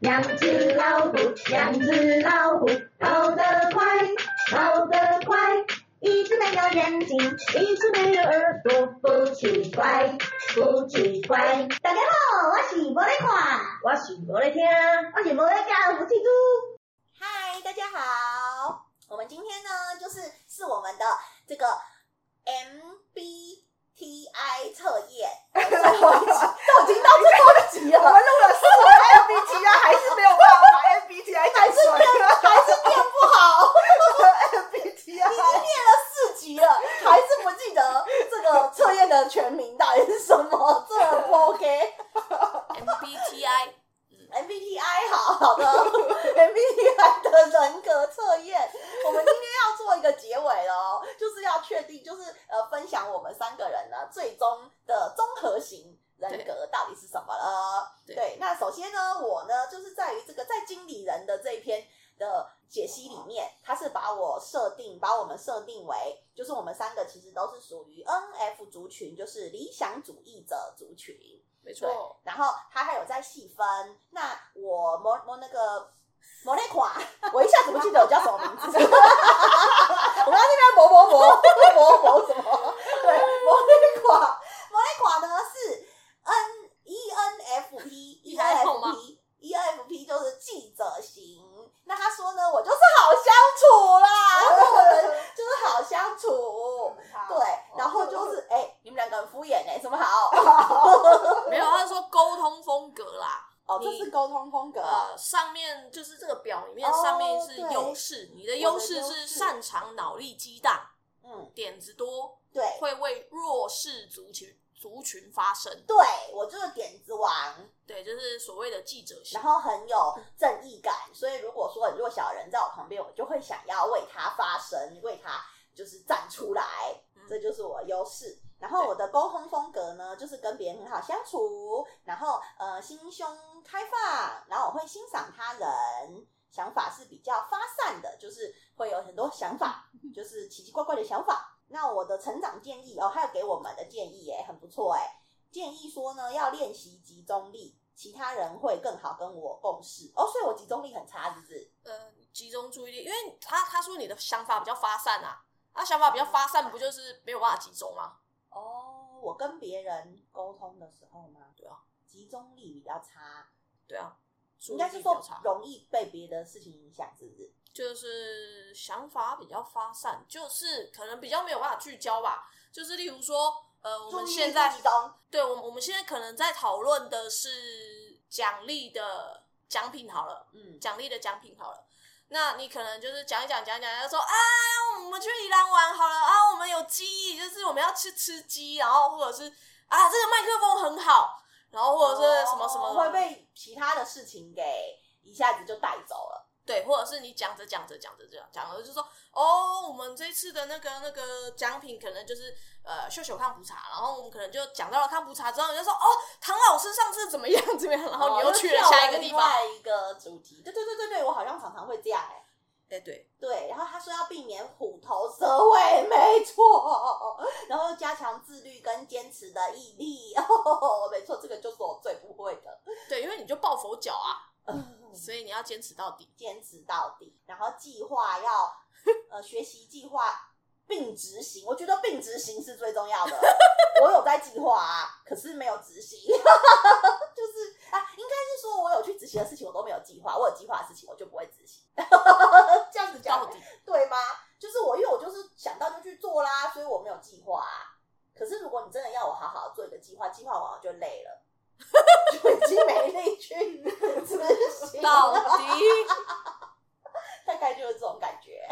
两只老虎，两只老虎，跑得快，跑得快。一只没有眼睛，一只没有耳朵，不奇怪，不奇怪。大家好，我是无咧看，我是无咧听，我是无咧教，我是猪。嗨，大家好，我们今天呢，就是是我们的这个 MBTI 测验，都已经到最后一集我们了，录了四个 MBTI，还是没有办法把 MBTI 讲出还是念不好，已经来。念了四集了，还是不记得这个测验的全名到底是什么，这很不 OK。 MBTI MBTI 好好的 MBTI 的人格测验，我们今天要做一个结尾了哦，就是要确定，就是呃，分享我们三个人呢最终的综合型人格到底是什么了。哦对那首先呢，我呢就是在于这个在经理人的这一篇的解析里面，它是把我设定，把我们设定为，就是我们三个其实都是属于 NF 族群，就是理想主义者族群。没对错，，然后他还有在细分。那我摩摩那个摩内垮，我一下子不记得我叫什么名字。我刚刚那边摩摩摩摩摩什么？对，摩内垮，摩内垮呢是 N E N F P E 你 N 还好 F 吗 P E N F P 就是记者型。那他说呢，我就是好相处啦，这个人就是好相处。对，然后就是哎、你们两个很敷衍哎、什么好？没有，他说沟通风格啦，哦，你这是沟通风格。呃，上面就是这个表里面哦上面是对优势，你的我优的势优是势擅长脑力激荡，嗯，点子多，对会为弱势族群族群发声，对，我就是点子王，对，就是所谓的记者型然，后很有正义感，所以如果说很弱小的人在我旁边，我就会想要为他发声，为他就是站出来，嗯这就是我的优势。然后我的沟通风格呢，就是跟别人很好相处，然后呃心胸开放，然后我会欣赏他人，想法是比较发散的，就是会有很多想法，就是奇奇怪怪的想法。那我的成长建议哦，还有给我们的建议耶，很不错哎。建议说呢，要练习集中力，其他人会更好跟我共事。哦，所以我集中力很差，是不是？呃，集中注意力，因为他他说你的想法比较发散啊，他想法比较发散，不就是没有办法集中吗？哦，我跟别人沟通的时候吗？对啊，哦集中力比较差，对啊，注应意该力是比说较差，容易被别的事情影响，是不是？就是想法比较发散，就是可能比较没有办法聚焦吧。就是例如说，呃，我注们意力现不在集中，对我们我们现在可能在讨论的是奖励的奖品好了，嗯，奖励的奖品好了。那你可能就是讲一讲讲一讲，就说啊，我们去宜兰玩好了啊，我们有鸡，就是我们要去吃鸡，然后或者是啊，这个麦克风很好，然后或者是什么什么，哦会被其他的事情给一下子就带走了。对，或者是你讲着讲着讲着讲讲着就说哦，我们这次的那个那个奖品可能就是呃秀秀康普茶，然后我们可能就讲到了康普茶之后，你就说哦，唐老师上次怎么样怎么样，然后你又去了下一个地哦方，又跳了另外一个主题。对对对对对，我好像常常会这样哎、哎、对，对，然后他说要避免虎头蛇尾，没错，然后加强自律跟坚持的毅力， 哦，没错，这个就是我最不会的，对，因为你就抱佛脚啊， 所以你要坚持到底。坚持到底，然后计划要呃学习计划并执行，我觉得并执行是最重要的，我有在计划啊，可是没有执行， 就是啊，应该是说我有去执行的事情我都没有计划，我有计划的事情我就不会执行， 这样子讲到底对吗？就是我，因为我就是想到就去做啦，所以我没有计划、啊。可是如果你真的要我好好做一个计划，计划完我就累了， 就已经没力去执行 到了，底，大概就是这种感觉。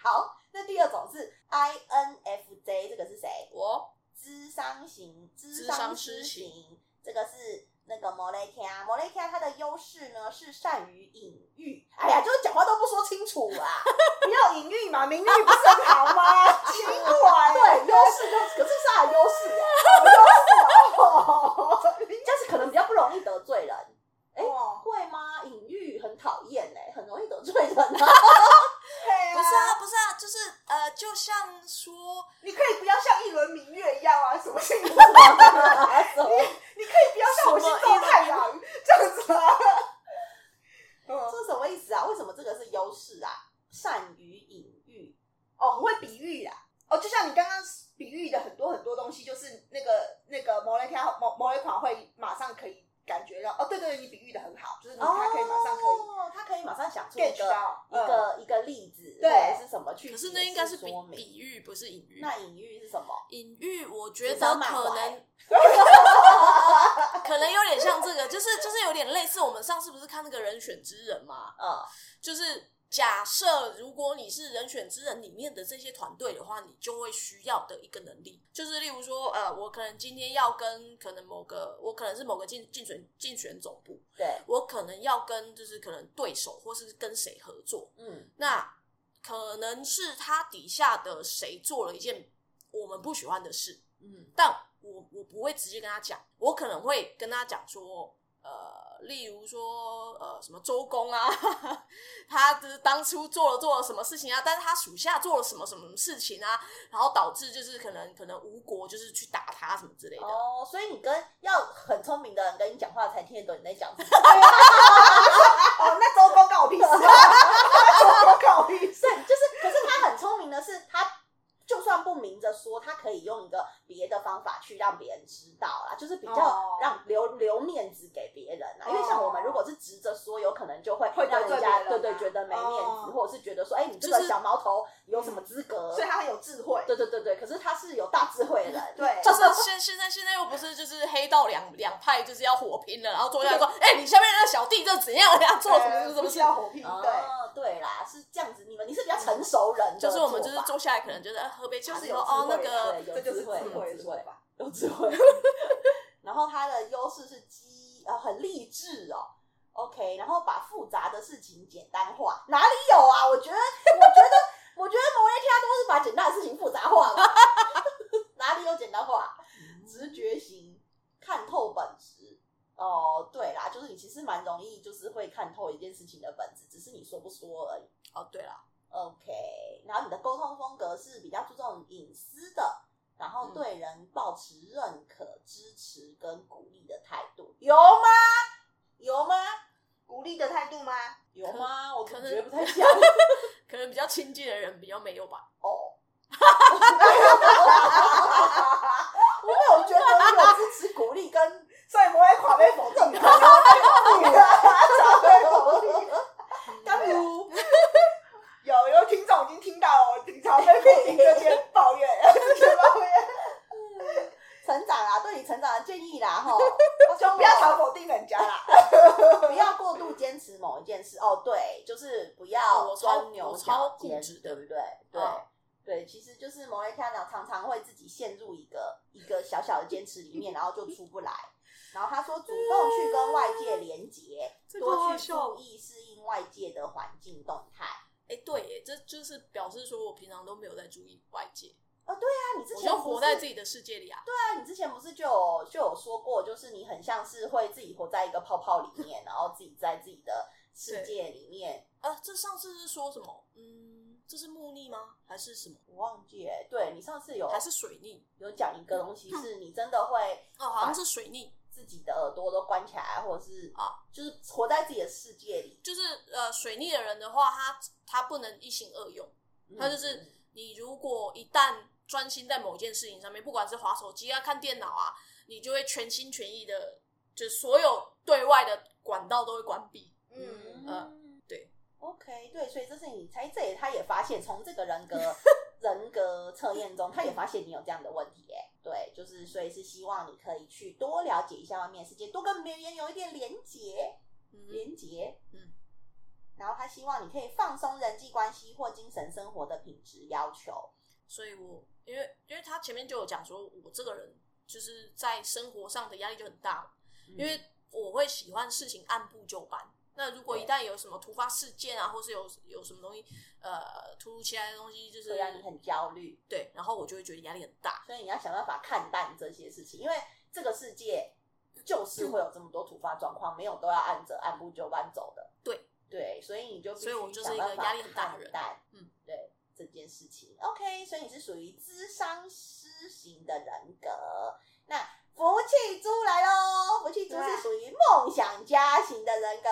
好，那第二种是 INFJ，这个是谁？我智商型，智智商商师师型，这个是那个摩雷卡，摩雷卡它的优势呢是善于隐喻，哎呀，就是讲话都不说清楚啊。不要隐喻嘛，明喻不是很好吗？奇怪，啊对，优势就是，可是是他的优势耶，啊哦但是可能比较不容易得罪人。啊哦，会吗？隐喻很讨厌哎，很容易得罪人 啊。对不是啊，啊，不是啊，就是呃，就像说，你可以不要像一轮明月一样啊，什么星座？什么你可以不要像我星座太阳这样子啊？啊哦啊哦让哦，对对，你比喻的很好，就是你哦，他可以马上可以他可以马上想出一 get 个到一个一个例子，对或者是什么去可解是释说明，那应该是比比喻，不是隐喻。那隐喻是什么？隐喻，我觉至少得满可怀 能可能有点像这个，就是就是有点类似我们上次不是看那个人选之人嘛，嗯，就是假设如果你是人选之人里面的这些团队的话，你就会需要的一个能力，就是例如说，呃，我可能今天要跟可能某个，我可能是某个竞竞选竞选总部，对，我可能要跟就是可能对手或是跟谁合作，嗯，那可能是他底下的谁做了一件我们不喜欢的事，嗯，但我我不会直接跟他讲，我可能会跟他讲说，呃，例如说呃什么周公啊， 他就是当初做了做了什么事情啊，但是他属下做了什么什么事情啊，然后导致就是可能可能吴国就是去打他什么之类的，哦，所以你跟要很聪明的人跟你讲话才听得懂你在讲什么。嗯 哦，那周公告我屁事啊，周公告我屁事。对，就是，可是他很聪明的是，他就算不明着说，他可以用一个别的方法去让别人知道啦，就是比哦较让留留面子给别人啊啦。因为像我们如果是直着说，有可能就会会得让罪人家别人对对啊觉得没面子，哦嗯或者是觉得说，哎，你这就个是小毛头有什么资格啊所？以他很有智慧，对对对对，可是他是有大智慧的人，对就是现现在现在又不是就是黑道两两派就是要火拼了，然后坐下 来说，哎、你下面那个小弟这怎样呀，做了哎什么什么什么不事需要火拼，对，哦，对啦，是这样子，你们你是比嗯较成熟人的做就法，是我们就是坐下来可能就是呃喝杯茶，就是说有哦那智慧个对，有这就是智智慧，慧有的智做慧。法。有智慧。然后他的优势是激呃很励志哦，OK，然后把复杂的事情简单化，哪里有啊？我觉得，我觉得， 我觉得某一天他都是把简单的事情复杂化了， 哪里有简单化？直觉型，看透本质。哦，对啦，就是你其实蛮容易，就是会看透一件事情的本质，只是你说不说而已。哦对了， OK，然后你的沟通风格是比较注重隐私嗯的，然后对人保持认可、支持跟鼓励的态度，有吗？有吗？鼓励的态度吗？ 有吗？我可感能觉不太像可能比较亲近的人比较没有吧，哦。我没有觉得有支持、鼓励跟 所以不会垮被否定，垮被否定， 垮被否定。 但是有有听众已经听到我经常被否定这些抱 怨，这些抱怨，成长啊，对你成长的建议啦，哈，就不要常否定人家啦。不要过度坚持某一件事。哦，对，就是不哦要我超钻牛我超角固尖，执对的不对？对、哦对，其实就是摩雷跳鸟啊常常会自己陷入一个一个小小的坚持里 面，然后就出不来。然后他说，主动去跟外界连接，这个好多好去笑注意适应外界的环境动态。哎对耶，这就是表示说我平常都没有在注意外界，那你之我前就不活是在自己的世界里啊，那你之前不是就有就有说过，就是你很像是会自己活在一个泡泡里面，然后自己在自己的世界里面啊这上次是说什么？嗯，这是木逆吗？还是什么？我忘记哎，对你上次有还是水逆？有讲一个东嗯西，是你真的会哦，好像是水逆。自己的耳朵都关起来，或者是啊，就是活在自己的世界里，就是呃，水逆的人的话，他他不能一心二用。他就是嗯你如果一旦专心在某件事情上面，不管是划手机啊、看电脑啊，你就会全心全意的，就所有对外的管道都会关闭。嗯，嗯对，OK，对，所以这是你猜，这也他也发现从这个人 格人格测验中，他也发现你有这样的问题哎，对，就是所以是希望你可以去多了解一下外面世界，多跟别人有一点连结，嗯，连结，嗯，然后他希望你可以放松人际关系或精神生活的品质要求，所以我因为因为他前面就有讲说，我这个人就是在生活上的压力就很大，因为我会喜欢事情按部就班。那如果一旦有什么突发事件啊，或是有有什么东西，呃，突如其来的东西，就是会让你很焦虑，对，然后我就会觉得压力很大。所以你要想办法看淡这些事情，因为这个世界就是会有这么多突发状况，没有都要按着按部就班走的。对对，所以你就必须所以我就想是一个办法压力很大的人看淡嗯，对这件事情。OK，所以你是属于智商师型的人格。那福气猪来喽，福气猪对是啊属于梦想家型的人格。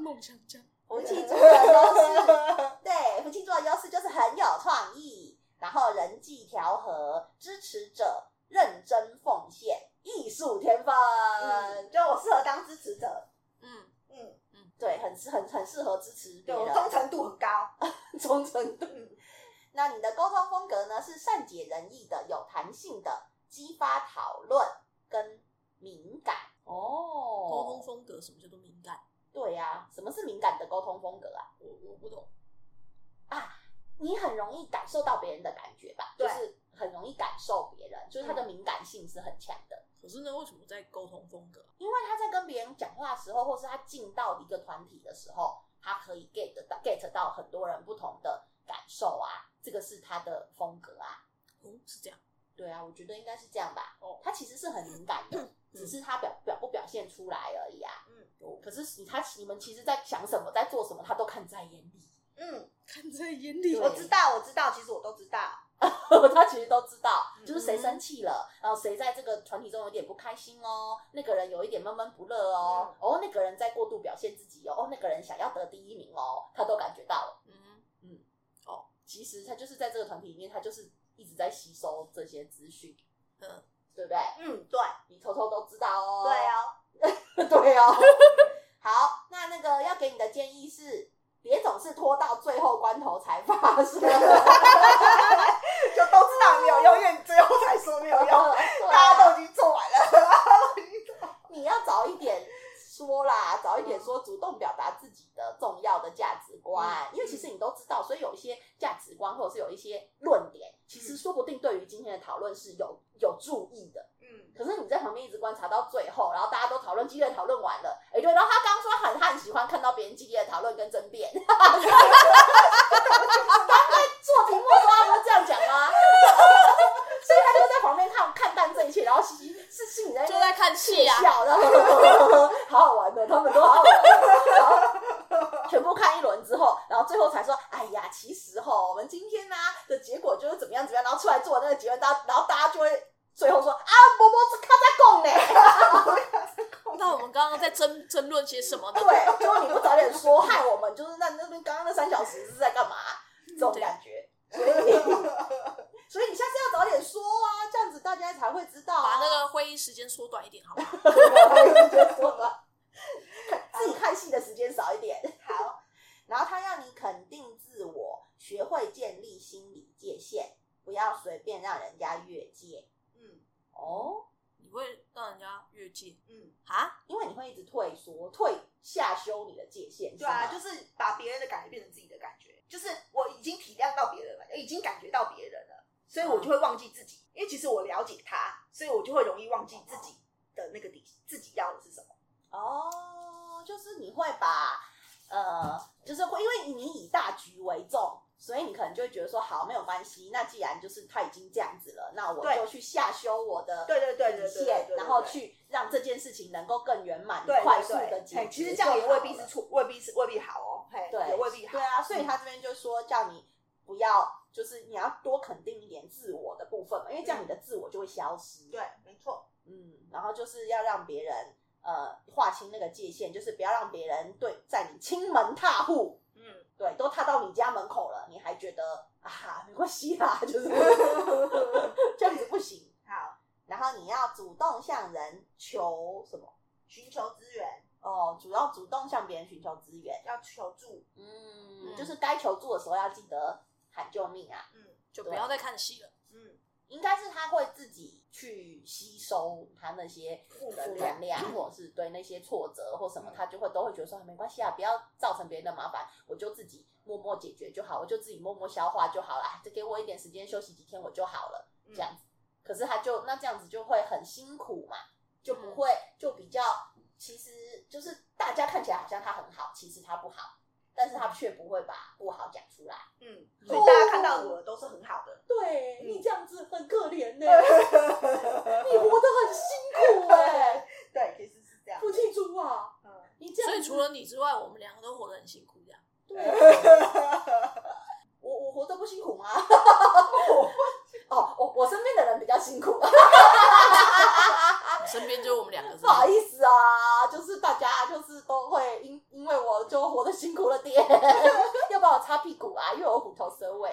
梦想家， 福气猪的优势对，福气座的优势就是很有创意，然后人际调和、支持者、认真奉献、艺术天分。嗯就我适合当支持者，嗯，嗯，对，很很很适合支持别对啊我人， 忠诚度很高，忠诚度。那你的沟通风格呢？是善解人意的、有弹性的，激发讨论跟敏感哦。沟通风格什么叫做敏感？对呀、什么是敏感的沟通风格啊？我我不懂。你很容易感受到别人的感觉吧？就对是很容易感受别人，就是他的敏感性是很强嗯的。可是呢，为什么在沟通风格？啊因为他在跟别人讲话的时候，或是他进到一个团体的时候，他可以 get 得到 get 到很多人不同的感受啊，这个是他的风格啊。哦，是这样。对啊，我觉得应该是这样吧。哦他其实是很敏感的，只是他表表不表现出来而已啊。嗯嗯，可是你他你们其实在想什么，在做什么，他都看在眼里，嗯，看在眼里哦对我知道，我知道，其实我都知道， 他其实都知道，嗯就是谁生气了，然后谁在这个团体中有点不开心哦，那个人有一点闷闷不乐哦，嗯哦，那个人在过度表现自己哦，哦，那个人想要得第一名哦，他都感觉到了。哦嗯，其实他就是在这个团体里面，他就是一直在吸收这些资讯，嗯，对不对？嗯，对，你偷偷都知道哦。对哦， 对 哦。好，那那个要给你的建议是，别总是拖到最后关头才发 生。就都知道没有用，因为你最后才说没有 用，对啊大家都已经做完了，你要早一点说啦，早一点说，主动表达自己的重要的价值观，因为其实你都知道，所以有一些价值观或者是有一些论点，其实说不定对于今天的讨论是有有注意的。嗯，可是你在旁边一直观察到最后，然后大家都讨论激烈讨论完了，哎、对，然后他刚说很很喜欢看到别人激烈的讨论跟争 辩，他在做题目的时候他不是这样讲吗？ 所以他就在旁边看看淡这一切，然后嘻嘻是是你在那边就在看戏啊。笑，然后 好好玩的，他们都好好玩的，然后全部看一轮之后，然后最后才说，哎呀，其实吼，我们今天呢、的结果就是怎么样怎么样，然后出来做那个结论，大家然后大家就会最后说啊，波波是他在供呢，那我们刚刚在争争论些什么呢？对，结果你不早点说，害我们就是那那边刚刚那三小时是在干嘛？这种感觉，所以 所以你下次要早点说啊，这样子大家才会知道、啊，把那个会议时间缩短一点，好吗？自己看戏的时间少一点。好，然后他要你肯定自我，学会建立心理界限，不要随便让人家越界。嗯哦，你会让人家越界嗯，啊？因为你会一直退缩、退下修你的界限，对啊，是就吗是把别人的感觉变成自己的感觉，就是我已经体谅到别人了，已经感觉到别人了，所以我就会忘记自己，因为其实我了解他，所以我就会容易忘记自己的那个底，自己要的是什么。哦，就是你会把呃，就是会因为你以大局为重。所以你可能就会觉得说，好，没有关系。那既然就是他已经这样子了，那我对就去下修我的对对对底对对对线，对然后去让这件事情能够更圆满、对快速的对解决。对，嘿其实这样也未必是错，未必是未必好哦，嘿，对，也未必好嗯对。啊，所以他这边就说叫你不要，就是你要多肯定一点自我的部分嘛，因为这样你的自我就会消失。对，没错，嗯，然后就是要让别人呃划清那个界限，就是不要让别人对在你亲门踏户，嗯， 对，都踏到你家门口了，你还觉得啊没关系啦，就是 这样子不行。好，然后你要主动向人求什么？寻求资源，哦，主要主动向别人寻求资源。要求助，嗯，嗯就是该求助的时候要记得喊救命啊。嗯就不要再看戏了。嗯，应该是他会自己去吸收他那些负能量，或者是对那些挫折或什么，嗯他就会都会觉得说没关系啊，不要造成别人的麻烦，我就自己默默解决就好，我就自己默默消化就好了，哎再给我一点时间休息几天我就好了，嗯这样子。可是他就那这样子就会很辛苦嘛，就不会就比较，其实就是大家看起来好像他很好，其实他不好，但是他却不会把不好讲出来。嗯，所以大家看到我的都是很好的，对嗯你这样子很可怜 呢、你活得很辛苦哎、对，其实是这样，福气猪啊，嗯，你这样子所以除了你之外，我们两个都活得很辛苦，这样。我我活得不辛苦吗？ 哦，我我身边的人比较辛苦，我身边就我们两个。啊不好意思啊，就是大家就是都会因因为我就活得辛苦了点，要帮我擦屁股啊，因为我虎头蛇尾。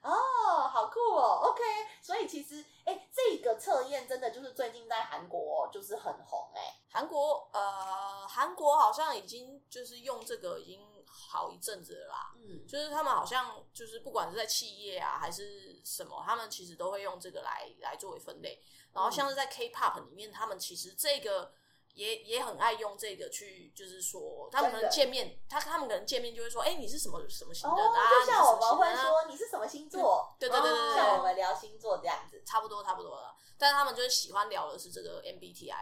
哦，好酷哦，OK。所以其实，哎、这个测验真的就是最近在韩国就是很红哎、思，呃，韩国好像已经就是用这个已经好一阵子了啦。嗯，就是他们好像就是不管是在企业啊还是什么，他们其实都会用这个来来作为分类。然后像是在嗯 K-pop 里面，他们其实这个也也很爱用这个去，就是说他们可真能的见面，他他们可能见面就会说，哎、你是什么什么型哦的啊？，就像我你是什们么型会人啊说你是什么星座，对对对对对像我们聊星座这样子，差不多差不多了。但是他们就是喜欢聊的是这个 MBTI。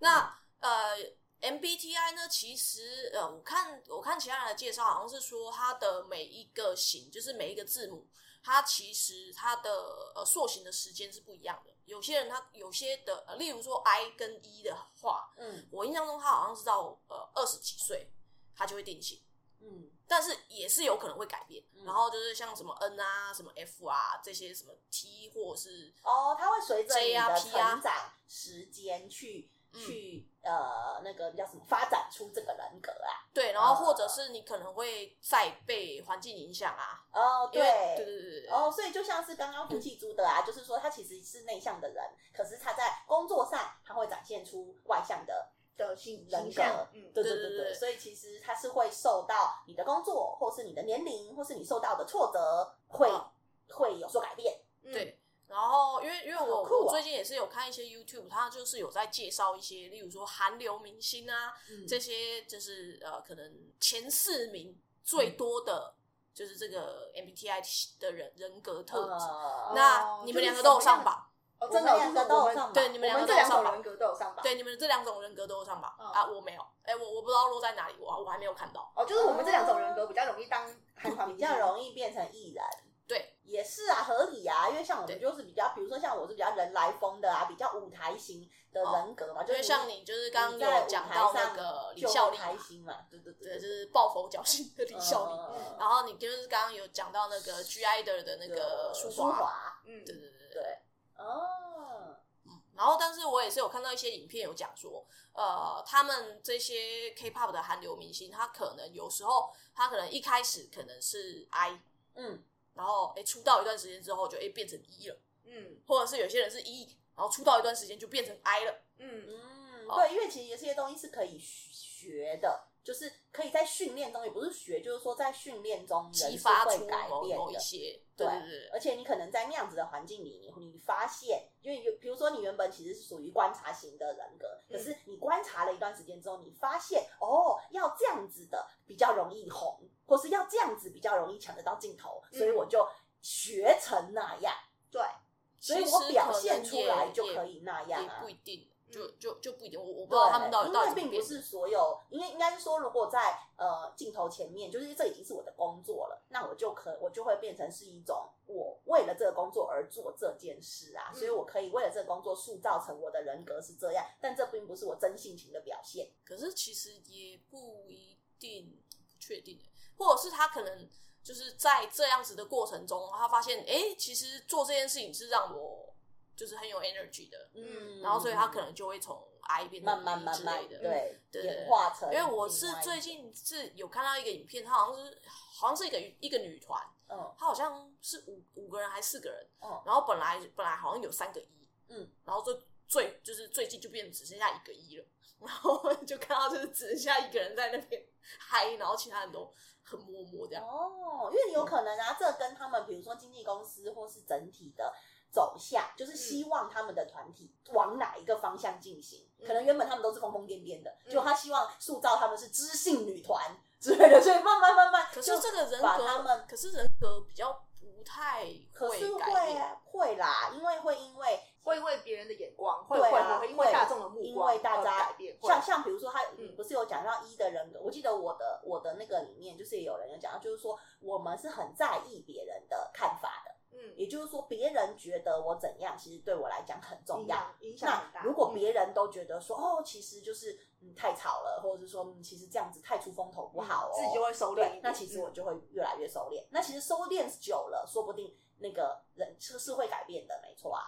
那呃，MBTI 呢，其实呃，我看我看其他人的介绍，好像是说它的每一个型，就是每一个字母，它其实它的呃塑形的时间是不一样的。有些人他有些的，呃例如说 I 跟 E 的话，嗯我印象中他好像是到呃二十几岁，他就会定型。嗯但是也是有可能会改变，嗯然后就是像什么 N 啊、什么 F 啊这些什么 T 或者是哦，它会随着你 J 啊的 P 啊成长时间去嗯去呃那个叫什么发展出这个人格啊，对，然呃后或者是你可能会再被环境影响啊，哦因为对。对对对对，对哦，所以就像是刚刚福气猪的啊，就是说他其实是内向的人，可是他在工作上他会展现出外向的的形人形格象，嗯，对对对对对对对，所以其实他是会受到你的工作，或是你的年龄，或是你受到的挫折，会、嗯会有所改变。嗯对。然后，因为因为我、好酷哦我最近也是有看一些 YouTube，他就是有在介绍一些，例如说韩流明星啊，嗯嗯这些就是呃，可能前四名嗯最多的、就是这个 MBTI 的人人格特质。呃嗯那你们两个都有上榜，哦，我真们的，两就是个都我有们上榜，对你我们两们这个都两有上种榜人。格都有上榜，对，你们这两种人格都有上榜、嗯啊，我没有，哎、我我不知道落在哪里，我我还没有看到。哦，就是我们这两种人格比较容易当 韩团比明星较容易变成艺人。对，也是啊，合理啊，因为像我对们就是比较，比如说像我是比较人来疯的啊，比较舞台型的人格嘛，哦因哦就是为像你你就是刚你刚在有舞讲台到那上个李就孝会利嘛开心嘛，对对对，对呃就对，是抱佛脚型的李孝利。嗯 然后你就是刚刚有讲到那个 G I 的的那个舒舒华，华，嗯对对对对。对，哦，嗯然后，但是我也是有看到一些影片有讲说，呃，他们这些 K-pop 的韩流明星，他可能有时候他可能一开始可能是 I，嗯，然后哎出道一段时间之后就哎变成 E 了，嗯或者是有些人是 E，然后出道一段时间就变成 I 了，嗯嗯，好对，因为其实有些东西是可以学的，就是可以在训练中，也不是学，就是说在训练中人激是发会出改某变某一的。些，对对对对对，而且你可能在那样子的环境里，你你发现，因为有比如说你原本其实是属于观察型的人格，可是你观察了一段时间之后，你发现哦，要这样子的比较容易红，或是要这样子比较容易抢得到镜头，所以嗯我就学成那样，对，其所以实我表可能现出也来就也可以那样也啊不。一定，就嗯就就不一定，我我不对，知道他们到底因到为底怎么并变不的是所有，因为应该是说，如果在呃镜头前面，就是这已经是我的工作了，那我就可我就会变成是一种我为了这个工作而做这件事啊，嗯所以我可以为了这个工作塑造成我的人格是这样，但这并不是我真性情的表现。可是其实也不一定不确定欸，或者是他可能就是在这样子的过程中，他发现哎、诶其实做这件事情是让我就是很有 energy 的，嗯然后所以他可能就会从 I 变慢成慢 E 慢之慢类的。对对演化成因另外为一个，我是最近是有看到一个影片，它好像是好像是一个一个女团，嗯她好像是五五个人还是四个人，嗯然后本来本来好像有三个一，嗯，然后最最就是最近就变只剩下一个一了， 然后就看到就是只剩下一个人在那边嗨，然后其他人都很默默这样。哦，因为有可能啊，这跟他们比如说经纪公司或是整体的走向，就是希望他们的团体往哪一个方向进行。嗯可能原本他们都是疯疯癫癫的，嗯就他希望塑造他们是知性女团 之类的，所以慢慢慢慢就，可是这个人把他格们，可是人格比较不太可是会改会变。啊会啦，因为会因为会为别人的眼光，会对会啊不会因为会大众的目因光为大而家改变，像会像比如说他，你嗯不是有讲到一的人格？我记得我的我的那个里面就是有人有讲到，就是说我们是很在意别人的看法的。嗯也就是说，别人觉得我怎样，其实对我来讲很重影要。响影响很那大。如果嗯别人都觉得说，哦，其实就是嗯太吵了，或者是说嗯其实这样子太出风头不好哦，嗯自己就会收敛一对点，嗯那其实我就会越来越收敛。那其实收敛久了，说不定那个人是是会改变的，没错啊，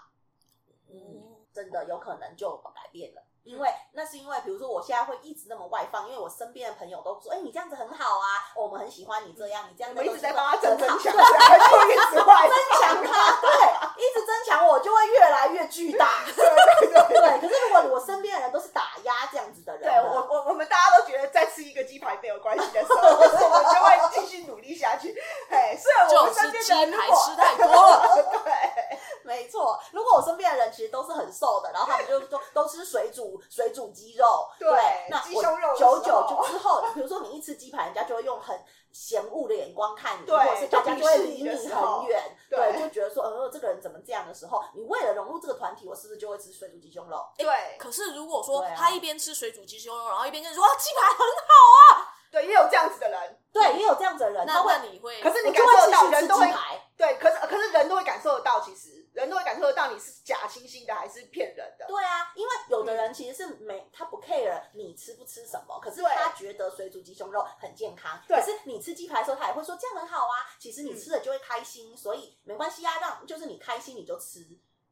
哦嗯真的有可能就改变了。因为嗯那是因为，比如说我现在会一直那么外放，因为我身边的朋友都说，哎、你这样子很好啊，哦我们很喜欢你这样，你这样我的们一东直西在都帮他整很好增强， 还就一直 外增强它，对，一直增强我就会越 来越巨大。对，可是如果我身边的人都是打压这样子的人 啊对呢，我我再吃一个鸡排没有关系的时 候，我们就会继续努力下去。哎，虽然我就们身是边鸡的人如排果吃太多了。对，没错，如果我身边的人其实都是很瘦的，然后他们就都都吃水煮水煮鸡肉，对那鸡我胸肉的时久候久就之后，比如说你一吃鸡排，人家就会用很嫌恶的眼光看你，对或者是大家就会离就鄙视你的你时候很远，对对，就觉得说，呃，这个人怎么这样的时候，你为了融入这个团体，我是不是就会吃水煮鸡胸肉？ 对可是如果说对啊他一边吃水煮鸡胸肉，然后一边跟你说哇鸡排很好，对，也有这样子的人。对，也有这样子的人，那他会，那你会可是我你就感会受继续吃得到，人都鸡会排。对，可是可是人都会感受得到，其实人都会感受得到你是假惺惺的还是骗人的。对啊，因为有的人其实是没他不 care 你吃不吃什么，可是对他觉得水煮鸡胸肉很健康。对可是你吃鸡排的时候，他也会说这样很好啊。其实你吃了就会开心，所以没关系啊，让就是你开心你就吃。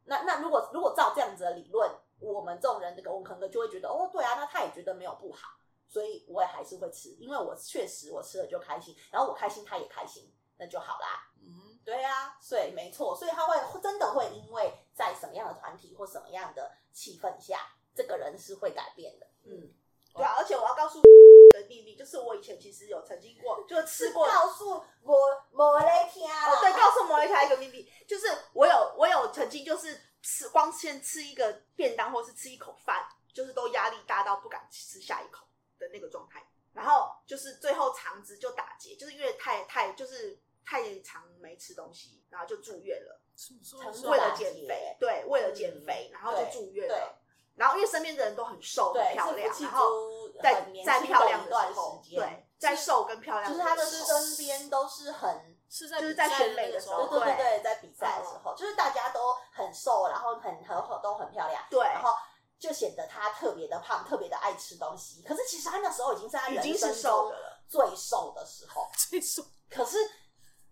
那那如果如果照这样子的理论，我们这种人这个我可能就会觉得哦，对啊，那他也觉得没有不好，所以我也还是会吃，因为我确实我吃了就开心，然后我开心他也开心，那就好啦。嗯对啊，所以没错，所以他会真的会因为在什么样的团体或什么样的气氛下，这个人是会改变的。嗯，对啊，而且我要告诉的秘密就是，我以前其实有曾经过，就是吃过。告诉我我来听啊哦啦，，对，告诉摩一下一个秘密，就是我有我有曾经就是吃光先吃一个便当，或是吃一口饭，就是都压力大到不敢吃下一口的那个状态。然后就是最后肠子就打结，就是因为太太就是太长没吃东西，然后就住院了。什么时成候啊就为感了减结肥，对，为了减嗯肥，然后就对住院对了。然后因为身边的人都很瘦、很对，漂是亮夫，妻然后都在很年在轻漂亮一的段时候，时对间，，在瘦跟漂亮就的是时候，他的身边都是很。是在就是比在赛选的美那的个时时候对候吗，对对对对，嗯在比赛的时候，就是大家都很瘦，然后很很都很漂亮，对然后就显得他特别的胖，特别的爱吃东西。可是其实他那时候已经是他已人经是生瘦中的了。最瘦的时候，最瘦可是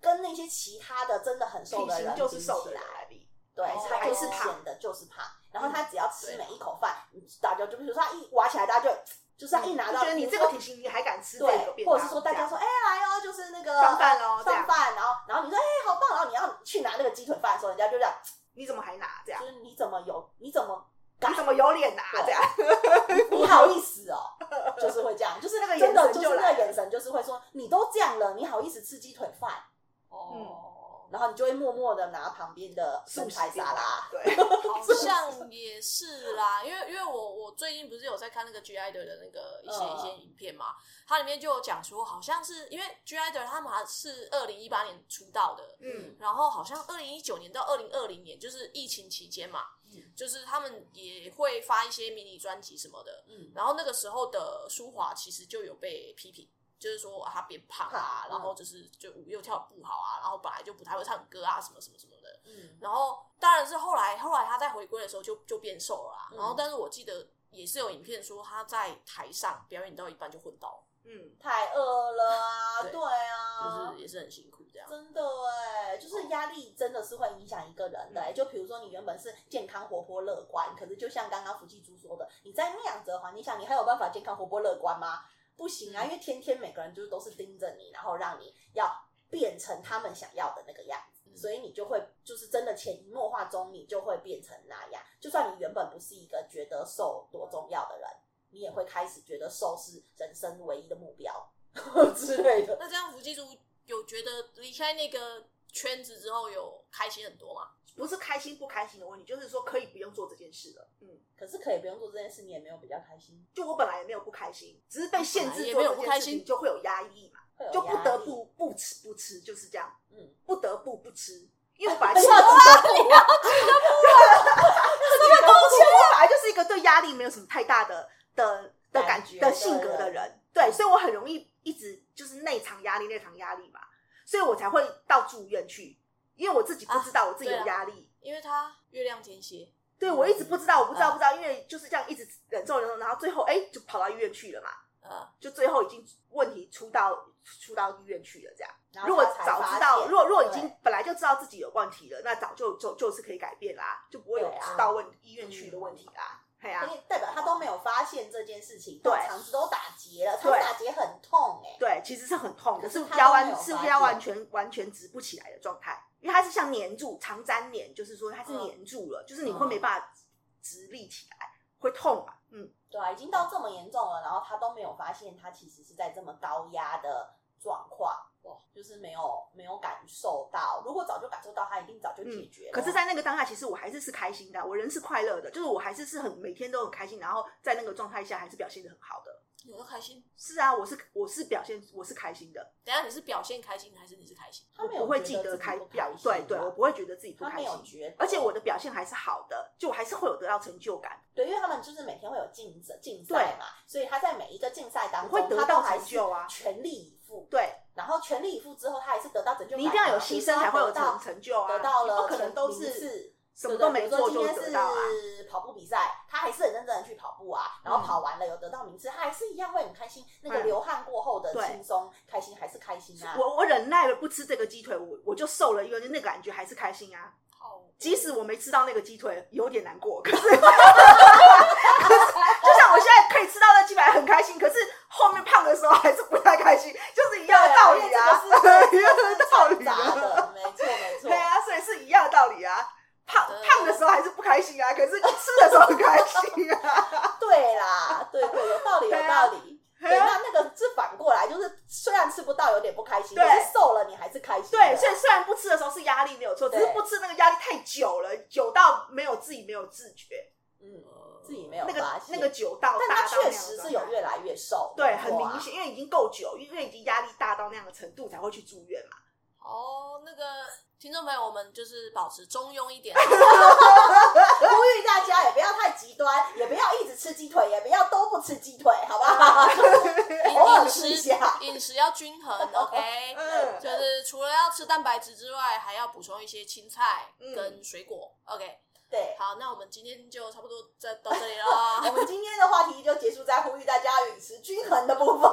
跟那些其他的真的很瘦体的型人就是比瘦起的人来，来比，对哦，他还就是是胖嗯显得就是胖。然后他只要吃对每一口饭，嗯大家就比如说他一挖起来，大家就就是他一拿到，嗯就觉得你比这如说个体型，你还敢吃这个对，便当，或者是说大家说，哎、来哦，就是那个上饭喽哦这上样饭，然后然后你说哎、好棒，然后你要去拿那个鸡腿饭的时候，人家就这样，你怎么还拿这样就？是你怎么有你怎么敢你怎么有脸拿对这样？你好意思哦，就是会这样，就是那个真的眼就神就是来那了个眼神就是会说你都这样了，你好意思吃鸡腿饭，哦，然后你就会默默的拿旁边的生菜沙拉， 对，好像也是啦，因为因为我我最近不是有在看那个 G I 的那个一些、嗯一些影片嘛，它里面就有讲说，好像是因为 G I 的他们好像是二零一八年出道的，嗯，然后好像二零一九年到二零二零年，就是疫情期间嘛，嗯就是他们也会发一些迷你专辑什么的。嗯，然后那个时候的舒华其实就有被批评，就是说啊他变胖啊，胖然后就是就舞又跳得不好啊，然后本来就不太会唱歌啊，什么什么什么的。嗯，然后当然是后来后来他在回归的时候就就变瘦了啦。嗯然后但是我记得也是有影片说他在台上表演到一半就昏倒，嗯，太饿了啊，对对啊，就是也是很辛苦这样。真的哎，就是压力真的是会影响一个嗯人的欸。就比如说你原本是健康、活泼、乐观，可是就像刚刚福气猪说的，你在那样子的环境下，你还有办法健康、活泼、乐观吗？不行嗯啊，因为天天每个人就是都是盯着你，然后让你要变成他们想要的那个样子，嗯所以你就会就是真的潜移默化中，你就会变成那样。就算你原本不是一个觉得瘦多重要的人，你也会开始觉得瘦是人生唯一的目 标之类的。那这样伏记猪有觉得离开那个圈子之后有开心很多吗？不是开心不开心的问题，就是说可以不用做这件事了。嗯，可是可以不用做这件事，你也没有比较开心，就我本来也没有不开心，只是被限制本来也做没有这不件开事心情就会有压抑嘛，会有就不得压力不不吃不吃，就是这样，嗯，不得不 不吃，因为我本来不就是要不得不啊，这个东哦西，我本来就是一个对压力没有什么太大的的的感感觉的性格的人，对，所以我很容易一直就是内藏压力，内藏压力嘛，所以我才会到住院去，因为我自己不知啊道我自己有压力，因为他月亮天蝎，对我一直不知道，我不知道，嗯不知道，因为就是这样一直忍受，忍受，然后最后哎就跑到医院去了嘛，呃，就最后已经问题出到出到医院去了这样。然后如果他才早发知道，现若若已经对本来就知道自己有问题了，那早就就就是可以改变啦，就不会有对啊知道问医院去的问题啦。对啊因，为代表他都没有发现这件事情，对到肠子都打结了，肠对打结很痛哎、对，其实是很痛的，可是是他腰都没完有是发腰现完全完全直不起来的状态，因为它是像粘住，长粘黏，就是说它是嗯粘住了，就是你会没嗯办法直立起来，会痛嘛，嗯，对啊，已经到这么严重了，然后他都没有发现他其实是在这么高压的状况，哇，就是没有没有感受到。如果早就感受到，他一定早就解决了。可是，在那个当下，其实我还是是开心的啊，我人是快乐的，就是我还是是很每天都很开心，然后在那个状态下还是表现的很好的。有的开心。是啊，我是我是表现我是开心的，等一下你是表现开心还是你是开心？他我没有不会觉记得自己开不表心对对，吧我不会觉得自己不他开没有心，觉得，而且我的表现还是好的，就我还是会有得到成就感，对，因为他们就是每天会有竞争竞赛嘛，所以他在每一个竞赛当我会中，得他到都还成是就啊全力以赴。对然后全力以赴之后，他还是得到拯救感你嘛。一定要有比如牺说牲才会有得到成成就啊，得到你了不可能都前名是次什么都没做对不对就比如说得到啊今天是跑步比赛，他还是很认真的去跑步啊，然后跑完了有得到名次，他还是一样会很开心。那个嗯流汗过后的对轻松、开心还是开心啊。我我忍耐了不吃这个鸡腿，我我就瘦了一个，那感觉还是开心啊。好，即使我没吃到那个鸡腿，有点难过，可 是，可是就像我现在可以吃到那鸡排很开心，可是后面胖的时候还是不太开心，就是一样的道理啊， 一样的道理杂啊，的，没错没错对。啊，所以是一样的道理啊。胖对胖的时候还是不开心啊，可是吃的时候很开心啊。对啦，对对，有道理，有对啊道理。对，那那个是反过来，就是虽然吃不到有点不开心，对但是瘦了你还是开心的。对，所以虽然不吃的时候是压力没有错，只是对不吃那个压力太久了，久到没有自己没有自觉，嗯，自己没有那个发现那个，久到但大他到确那样实的是状有态越来越瘦，对，没很错啊明显，因为已经够久，因为已经压力大到那样的程度才会去住院嘛。哦，那个听众朋友们就是保持中庸一 点，呼吁大家也不要太极端，也不要一直吃鸡腿，也不要都不吃鸡腿，好不 好？ 偶尔饮吃一食下饮食要 均衡哎，OK。嗯就是除了要吃蛋白质之外，还要补充一些青菜嗯跟水果。OK，对。好，那我们今天就差不多在到这里啦 我。们今天的话题就结束在呼吁大家饮食均衡的部分， 哦